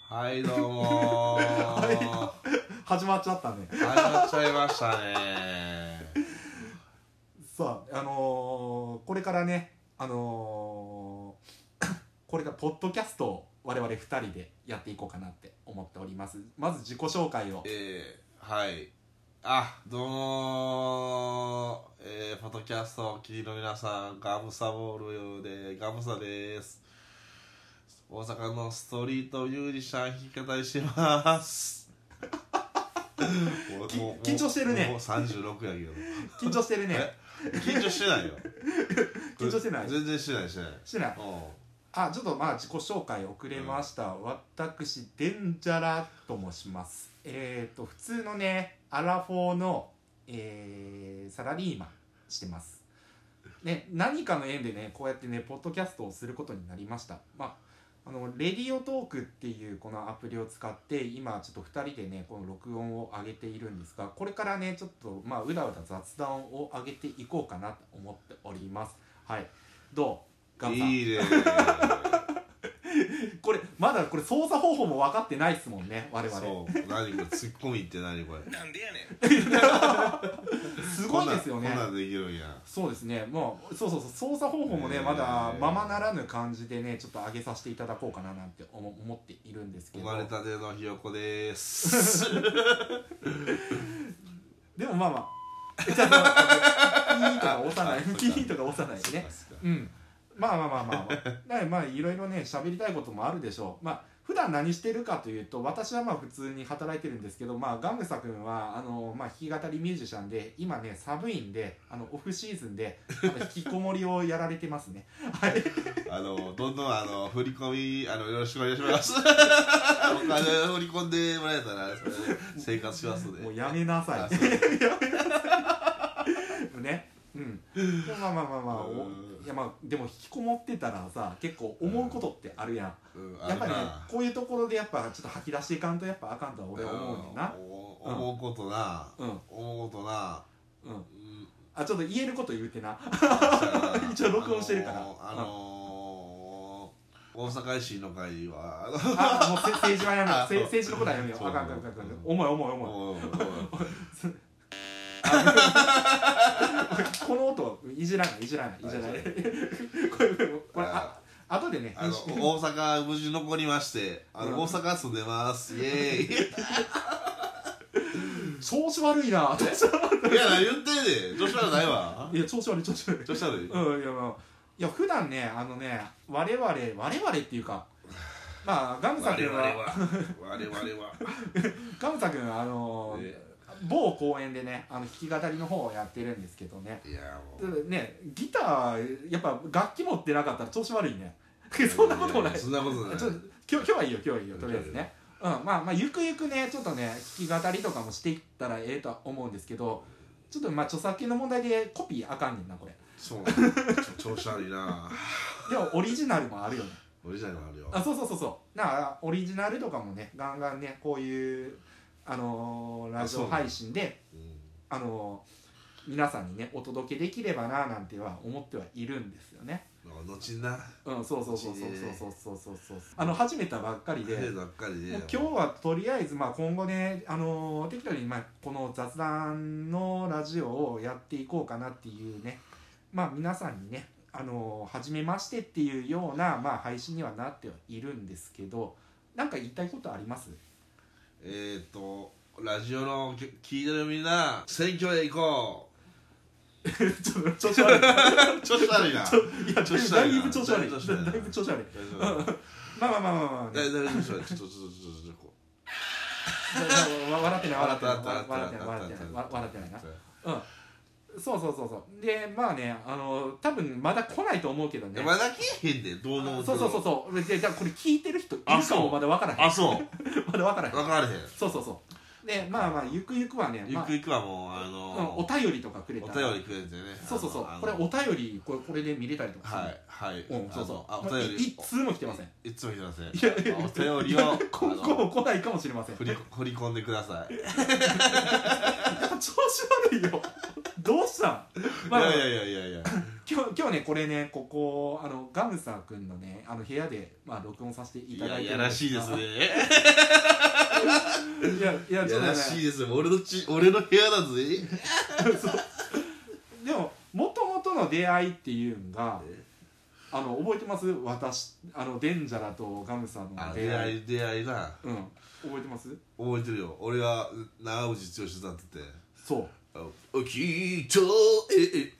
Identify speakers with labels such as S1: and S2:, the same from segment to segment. S1: はいどうもー
S2: 始まっちゃったね
S1: 始まっちゃいましたね
S2: さああのーこれからねあのー これからポッドキャストを我々2人でやっていこうかなって思っておりますまず自己紹介を
S1: えー、はいあどうもーえー、ポッドキャストをお聞きの皆さんガムサボールでガムサです大阪のストリートミュージシャン弾き語りしてますもう
S2: き
S1: もう
S2: 緊張してるね
S1: もう36やけど
S2: 緊張してるね
S1: 緊張してないよ
S2: 緊張してない
S1: 全然してないしてない
S2: してない
S1: うん
S2: あちょっとまあ自己紹介遅れました、私デンジャラと申しますえっ、と普通のねアラフォーの、えーサラリーマンしてますね何かの縁でねこうやってねポッドキャストをすることになりましたまああのレディオトークっていうこのアプリを使って今ちょっと2人でねこの録音を上げているんですがこれからねちょっとまあうだうだ雑談を上げていこうかなと思っておりますはいどうガンさん
S1: いいね
S2: これまだこれ操作方法も分かってないですもんね我々
S1: そう何これツッコミって何これ
S3: なんでや ねん。
S2: すごいですよね
S1: こんなんこんなんできるんや
S2: そうですねもうそうそうそう操作方法もね
S1: えー
S2: まだままならぬ感じでねちょっと上げさせていただこうかななんて思思っているんですけ
S1: 生
S2: ど
S1: まれたてのひよこです
S2: でもまあまあちょっと待ってキーとか押さ ない
S1: あそうか
S2: キーとか押さないでねうんまあまあまあまあまあ だからまあいろいろね喋りたいこともあるでしょうまあ普段何してるかというと私はまあ普通に働いてるんですけどまあガムサ君はあのまあ弾き語りミュージシャンで今ね寒いんであのオフシーズンであの引きこもりをやられてますねはい
S1: あのどんどんあの振り込みあのよろしくお願いしますお金振り込んでもらえたらそれで生活しますね
S2: もう やめな
S1: あ
S2: さい
S1: そう
S2: ねうんでもまあまあまあまあお
S1: うん
S2: いやまあでも引きこもってたらさ結構思うことってあるやん
S1: うんあ
S2: やっ
S1: る
S2: ぱりね
S1: な
S2: こういうところでやっぱちょっと吐き出していかんとやっぱあかんとは俺は思うねんな
S1: うんお思うことな
S2: うん
S1: 思うことな
S2: うん
S1: うん
S2: あちょっと言えること言うて な一
S1: 一
S2: 応録音してるから
S1: あのーあのー大阪維新の会はあの
S2: あもうせ政治はやめよう
S1: あ
S2: せ政治のことはやめよう
S1: そう
S2: あかんあかんあかんあかん
S1: うん
S2: 重い重い重い
S1: おいおい
S2: この音いじらないいじらないいじらない
S1: は
S2: こ
S1: い
S2: れこれこれあ後でね
S1: あの大阪無事残りましてあ
S2: うん
S1: の大阪住んでますイエーイ
S2: 調子悪 いな調子
S1: い
S2: 悪
S1: や言ってんねん女子はないわ
S2: いいや調子悪い調子悪い
S1: 女子はない
S2: うんいやまあいや普段ねあのね我々我々っていうかまあガムさん
S1: 我
S2: 君
S1: 々
S2: は
S1: は我々は
S2: ガムさん君はあの
S1: え
S2: 某公園でねあの弾き語りの方をやってるんですけどね
S1: いやもう
S2: ねギターやっぱ楽器持ってなかったら調子悪いね そんなこともない
S1: ややそんなことない
S2: ちょっと今日今日はいいよ今日はいいよとりあえずねうんまあまあゆくゆくねちょっとね弾き語りとかもしていったらええとは思うんですけどちょっとまあ著作権の問題でコピーあかんねんなこれ
S1: そうなんだちょ調子悪いな
S2: でもオリジナルもある よね
S1: 俺じゃないのあるよ
S2: あそうそうそうそうなあオリジナルとかもねガンガンねこういうあのーラジオ配信で
S1: うん
S2: あのー皆さんにねお届けできればななんては思ってはいるんですよね
S1: なんか後にな
S2: うんそうそうそうそうそうそうそうそうそうあの始めたばっかりで
S1: 手ばっかりで
S2: もう今日はとりあえずまあ今後ね、あのー適当にまあこの雑談のラジオをやっていこうかなっていうねまあ皆さんにねあのー初めましてっていうようなまあ配信にはなってはいるんですけどなんか言いたいことあります
S1: えっ、ー、とラジオのき聞いてるみんな選挙へ行こ
S2: ちょっと調子悪い
S1: う調子悪いな
S2: やだ
S1: 調子悪い
S2: い
S1: な
S2: ぶ調子悪
S1: だい
S2: い
S1: ぶ調子悪いな
S2: だいぶ調子悪い
S1: 大丈夫
S2: まあまあまあまあまあ、ね
S1: 大、丈夫大丈夫ちょっとちょっとちょっとちょっとこう
S2: わ笑ってない笑ってない
S1: あったあったあ
S2: 笑
S1: っ
S2: ってな
S1: た
S2: い
S1: あったあった
S2: 笑ってないわ笑ってないな
S1: え
S2: うんそうそうそうそうでまあねあのー多分まだ来ないと思うけどね
S1: まだ聞いへんでどう思う
S2: そうそうそう
S1: う
S2: そうでじゃあこれ聞いてる人いる
S1: あ
S2: か
S1: そ
S2: も
S1: う
S2: まだ分からへん
S1: あそう
S2: まだ分からへん
S1: 分からへん
S2: そうそうそうでまあまあゆくゆくはね、
S1: ゆ
S2: まあ
S1: くゆくはもうあ
S2: うん、
S1: の
S2: お便りとかくれ
S1: お
S2: たら
S1: 便りくれてね
S2: そうそうそう
S1: あの
S2: これお便りこれこれで見れたりとかする
S1: はいはい
S2: うんそうそう
S1: あのあ
S2: まあ
S1: お便り
S2: い一通も来てません
S1: いいつも来てません
S2: いやいや
S1: お便りを
S2: 今
S1: あの
S2: 後来ないかもしれません
S1: 振り振り込んでください
S2: やっぱ調子悪いよどうしたん、まあまあ
S1: いやいやいやいやいや
S2: 今日今今日ねこれねここあのガムサー君のねあの部屋で、まあ、録音させてい
S1: い
S2: ただ
S1: や
S2: い
S1: い
S2: てる
S1: や
S2: ん
S1: らしいですね
S2: がいやいや
S1: い
S2: ちょ
S1: や
S2: っとね
S1: らしいですね俺のち俺の部屋だぜ
S2: でももともとの出会いっていうのがあの覚えてます私あのデンジャラとガムサの
S1: あ
S2: 出
S1: 出
S2: 会い
S1: 会い出会いな
S2: うん覚えてます
S1: 覚えてるよ俺が長渕剛だってて
S2: そう
S1: あ「きっとえええ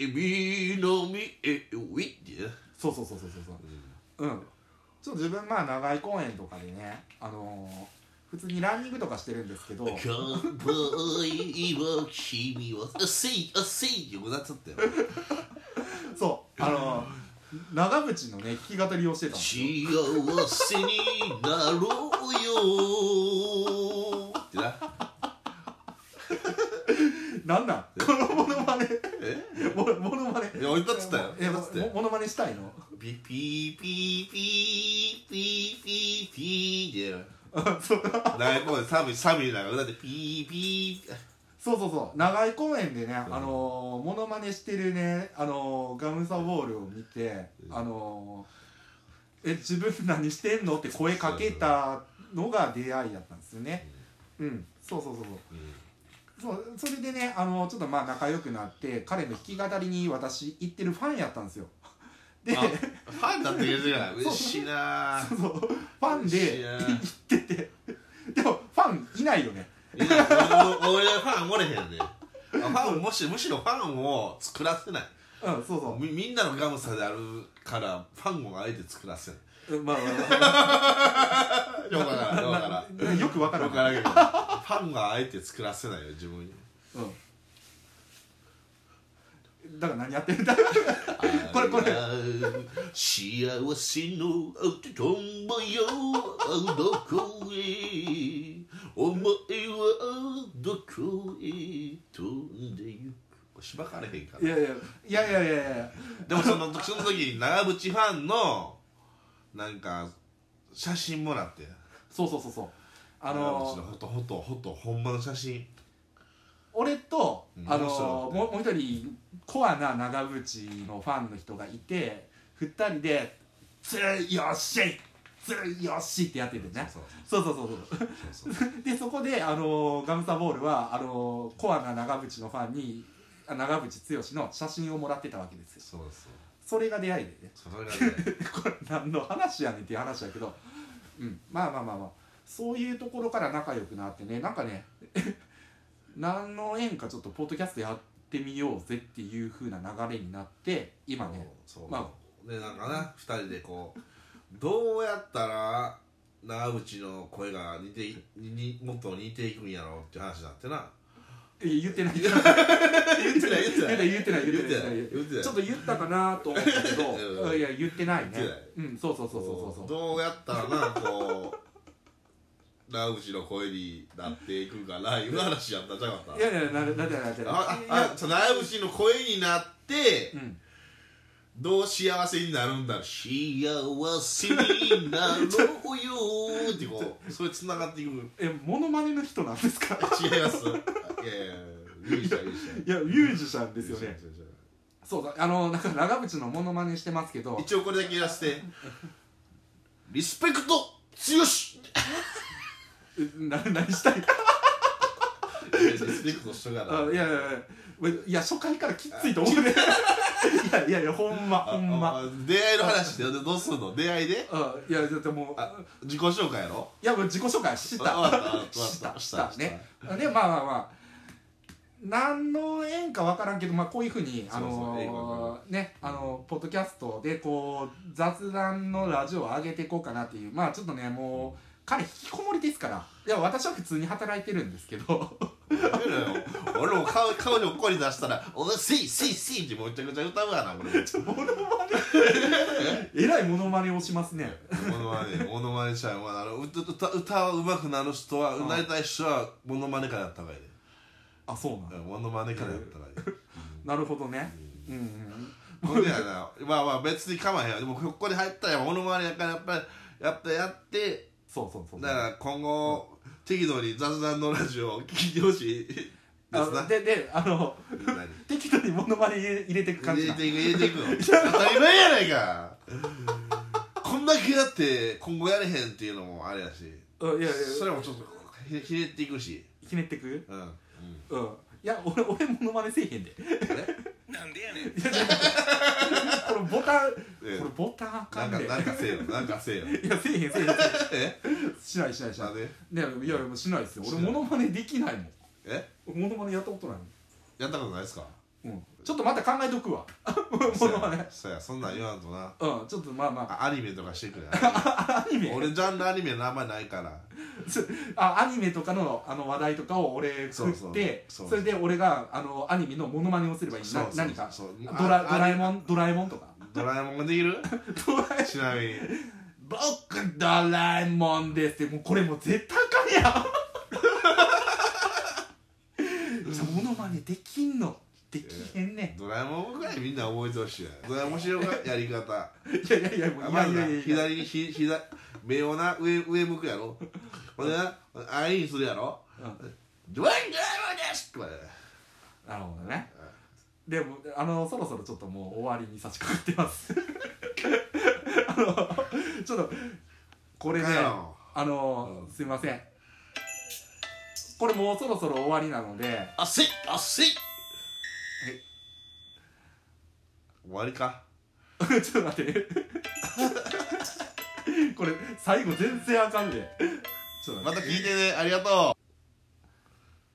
S1: ええ南ええウィッ」
S2: そうそうそうそうそ
S1: う
S2: う
S1: ん
S2: そううんちょっと自分まあ長井公園とかでねあのー普通にランニングとかしてるんですけど
S1: 乾杯は君はせいあせいよなっちゃったよ
S2: そうあのー長渕のね弾き語りをしてたんですよ
S1: 幸せになろうよってな
S2: なんなんこのモノマネ
S1: え
S2: モモノマネ
S1: いや俺だっつったよ
S2: え
S1: 俺だっつった
S2: も
S1: よ
S2: モノマネしたいの
S1: ピーピーピーピーピーピーピーで
S2: そう
S1: 長い声でサビサビなんか歌ってピーピー
S2: そうそうそう長井公園でね、
S1: うん
S2: あのーモノマネしてるね、あのーガムサボールを見て、
S1: うん
S2: あのーえ自分何してんのって声かけたのが出会いだったんですよねうんそうそうそうそうそうそれでね、あのーちょっとまあ仲良くなって彼の弾き語りに私行ってるファンやったんですよ で
S1: あファンだって言うじゃん嬉しいな
S2: そうそうファン
S1: 嬉しい
S2: で
S1: な
S2: 行っててでもファンいないよね
S1: いや俺俺ファンおれへんねファンもしむしろファンを作らせない
S2: うんそうそう
S1: みみんなのガムさであるからファンをあえて作らせない
S2: うんまあまあ
S1: ようからんよう
S2: ま
S1: か
S2: あ
S1: ら
S2: なな よくわか
S1: ん
S2: らん
S1: ようからんけどファンがあえて作らせないよ自分に
S2: うんだから何やってんだこれこれ
S1: あー幸せのあてとんぼよあどこへお前はどこへ飛んでゆくしばかれへんから
S2: いやいやいやいやいやいや
S1: でもそのその時に長渕ファンのなんか写真もらって
S2: そうそうそうそうあ
S1: 長渕
S2: のー
S1: のほとほとほとほんまの写真
S2: 俺と
S1: うん
S2: あ
S1: どうしたの
S2: のーもうもう一人コアな長渕のファンの人がいて二人で「つーよっしいつーよっしい」ってやっててね
S1: そう
S2: そうそうそうそう
S1: そうそうそう
S2: でそこであのーガムサボールはあのーコアな長渕のファンにあ長渕剛の写真をもらってたわけですよ
S1: そうそう
S2: それが出会いでね
S1: それがね
S2: これ何の話やねんっていう話だけど、うん、まあまあまあまあそういうところから仲良くなってねなんかね 何の縁かちょっとポッドキャストやってみようぜっていう風な流れになって今ね
S1: そうそう、
S2: ま
S1: でなんかな二人でこうどうやったら長渕の声が似ていにもっと似ていくんやろうって話になってな
S2: え言ってない 言っ
S1: 言ってない言って
S2: て
S1: な
S2: ないい言ってない言ってない言
S1: 言
S2: っ
S1: っててな
S2: な
S1: いい
S2: ちょっと言ったかなと思ったけ
S1: うん
S2: ど
S1: うん
S2: いや言ってないね
S1: 言ってない
S2: うんそうそうそうそうそうそう
S1: どうやったらなこう長渕の声になっていくかないう話やったんじゃなかっ
S2: いやいやなななななな
S1: たあ
S2: い
S1: あ
S2: や
S1: あそう長渕の声になって
S2: うん
S1: どう幸せになるんだろう幸せになろうよってこうそれ繋がっていく違い
S2: えモノマネの人なんですか
S1: ますいやいやいやいいじゃんいいじゃん
S2: いやミュージシャンですよ
S1: いい
S2: ね
S1: じゃんいいじゃん
S2: そうだあのなんか長渕のモノマネしてますけど
S1: 一応これだけ言わせてリスペクト強し
S2: な 何したい
S1: リスペクトしとかな
S2: あいやいやいやいや初回からきっついと思うね い やいやいやほんま
S1: あ
S2: ほんま
S1: あ出会いの話でどうすんの出会いで
S2: あいやだっても
S1: あ
S2: う
S1: 自己紹介やろ
S2: いやもう自己紹介し
S1: あわかった
S2: た
S1: わかった
S2: したし
S1: した
S2: たねでまあまあまあ何の縁かわからんけど、まあ、こういうふうに
S1: そ
S2: あ
S1: うそう縁わからんわ
S2: のーねあのーポッドキャストでこう雑談のラジオを上げていこうかなっていうまあちょっとねもう彼引きこもりですからいや私は普通に働いてるんですけど
S1: やめろよ俺も顔顔に怒り出したら「お前せいせいせい」ってめちゃくちゃ歌うわな俺
S2: ちょモノマネ えらいモノマネをしますね
S1: モノマネモノマネしちゃうわな歌歌歌は上手くなる人は
S2: ん
S1: なりたい人はモノマネからやった方がいい
S2: あそうなんだ
S1: うんモノマネからやった方がいい
S2: なるほどね。うんうん
S1: ほんでやなまあまあ別に構わへんよでもここに入ったらモノマネやからやっぱりやったやって
S2: そうそうそう。
S1: だから今後適度に雑談のラジオを聞いてほしいで
S2: あ
S1: すな
S2: でであの
S1: 何
S2: 適度にモノマネ入れ入れていく感
S1: 入
S2: じ
S1: れ
S2: な
S1: ていく入れていくよ当たり前やないかこんだけだって今後やれへんっていうのもあれやし
S2: うんいやいや
S1: それもちょっとひひねっていくし
S2: ひねってく
S1: うん、うん、
S2: うんいや俺俺モノマネせえへんで
S3: なんでやねん
S2: これボタンこ
S1: え
S2: れボタンあか
S1: なん
S2: ん
S1: か
S2: でい
S1: なんかせえよなんかせえよ
S2: やせえへんせえへんせえへん
S1: え
S2: しないしないしな
S1: な
S2: い
S1: んで
S2: ねいやいやもうしないですよ
S1: しな
S2: 俺
S1: い
S2: モノマネできないもん
S1: え
S2: 俺モノマネやったことないもん
S1: やったことないですか
S2: うん、ちょっとまた考えとくわモノマネ
S1: そやそんなん言わんとな
S2: うんちょっとまあまあ
S1: あアニメとかしてくれア
S2: アニ
S1: ニ
S2: メ
S1: メ俺ジャンルアニメの名前ないから
S2: あアニメとかのあの話題とかを俺
S1: そ
S2: 作
S1: うそう
S2: って
S1: そ
S2: そうれで俺があのアニメのモノマネをすればいい
S1: そう
S2: な
S1: そう
S2: 何か
S1: そう
S2: ドラ
S1: あ
S2: ドラえもんドラえもんとか
S1: ドラえもんができる
S2: ドラえ
S1: ちなみに
S2: 僕ドラえもんですってもうこれもう絶対あか んやんじゃあモノマネできんのできへんね
S1: ドラえもんぐらいみんな覚えてほしいなドラえもんしようがやり方
S2: いやいやいやもうい
S1: ま
S2: や
S1: ず
S2: い
S1: な
S2: やいやいや
S1: 左にひ左目をな上上向くやろほんでなアインするやろ
S2: うん
S1: ドラえもんですとかね
S2: なるほどねでもあのそろそろちょっともう終わりに差し掛かってます あのちょっとこれね
S1: 帰ろ
S2: あの、
S1: うん
S2: すいませんこれもうそろそろ終わりなので
S1: あっせいあっせい終わりか
S2: ちょっと待って ねこれ最後全然あかんでちょっと待って
S1: また聞いてねありがとう